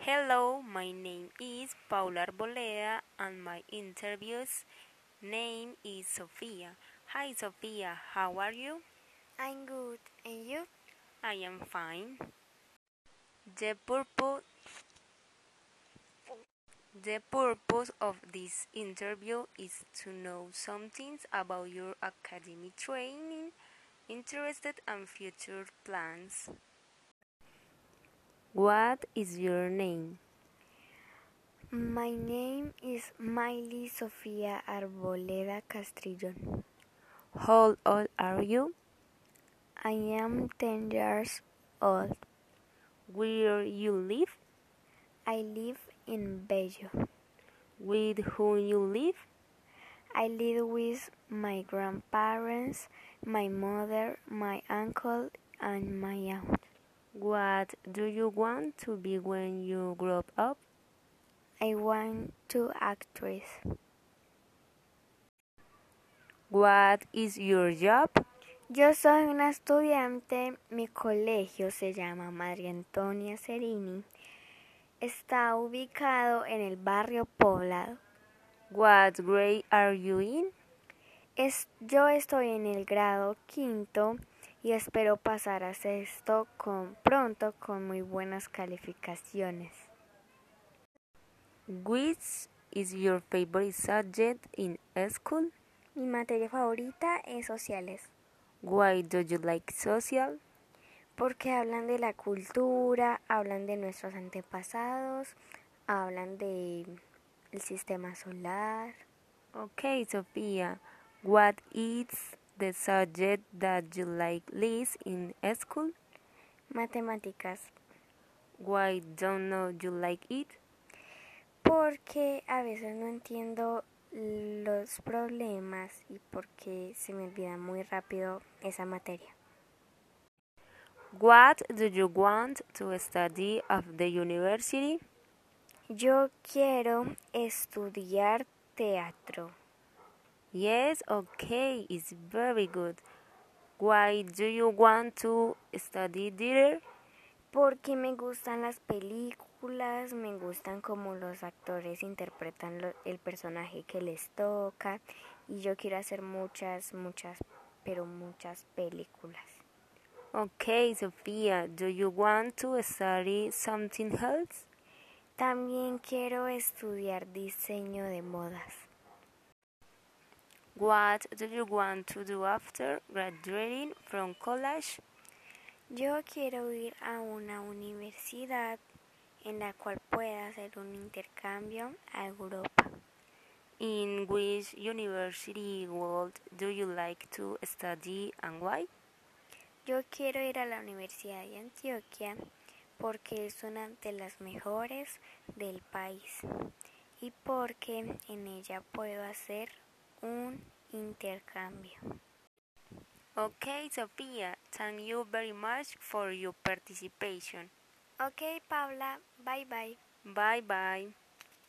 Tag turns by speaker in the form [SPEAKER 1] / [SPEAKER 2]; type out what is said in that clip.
[SPEAKER 1] Hello, my name is Paula Arboleda and my interview's name is Sofia. Hi Sofia, how are you?
[SPEAKER 2] I'm good. And you?
[SPEAKER 1] I am fine. The purpose the purpose of this interview is to know some things about your academic training, interested and future plans. What is your name?
[SPEAKER 2] My name is Miley Sofía Arboleda Castrillon.
[SPEAKER 1] How old are you?
[SPEAKER 2] I am 10 years old.
[SPEAKER 1] Where you live?
[SPEAKER 2] I live in Bello.
[SPEAKER 1] With whom you live?
[SPEAKER 2] I live with my grandparents, my mother, my uncle, and my aunt.
[SPEAKER 1] What do you want to be when you grow up?
[SPEAKER 2] I want to actress.
[SPEAKER 1] What is your job?
[SPEAKER 2] Yo soy una estudiante, mi colegio se llama María Antonia Cerini. Está ubicado en el barrio poblado.
[SPEAKER 1] What grade are you in?
[SPEAKER 2] Es- yo estoy en el grado quinto y espero pasar a sexto con, pronto con muy buenas calificaciones.
[SPEAKER 1] Which is your favorite subject in school?
[SPEAKER 2] Mi materia favorita es sociales,
[SPEAKER 1] Why do you like social?
[SPEAKER 2] porque hablan de la cultura, hablan de nuestros antepasados, hablan de el sistema solar.
[SPEAKER 1] Okay, Sophia. What is the subject that you like least in school?
[SPEAKER 2] Matemáticas,
[SPEAKER 1] Why don't know you like it?
[SPEAKER 2] porque a veces no entiendo los problemas y porque se me olvida muy rápido esa materia.
[SPEAKER 1] What do you want to study at the university?
[SPEAKER 2] Yo quiero estudiar teatro
[SPEAKER 1] Yes, okay, it's very good. Why do you want to study theater?
[SPEAKER 2] porque me gustan las películas, me gustan como los actores interpretan lo- el personaje que les toca y yo quiero hacer muchas, muchas, pero muchas películas.
[SPEAKER 1] Okay, Sophia, do you want to study something else?
[SPEAKER 2] También quiero estudiar diseño de modas.
[SPEAKER 1] What do you want to do after graduating from college?
[SPEAKER 2] Yo quiero ir a una universidad en la cual pueda hacer un intercambio a Europa.
[SPEAKER 1] In which university world do you like to study and why?
[SPEAKER 2] Yo quiero ir a la Universidad de Antioquia porque es una de las mejores del país y porque en ella puedo hacer un intercambio.
[SPEAKER 1] Okay, Sophia, thank you very much for your participation.
[SPEAKER 2] Ok, Paula, bye bye.
[SPEAKER 1] Bye bye.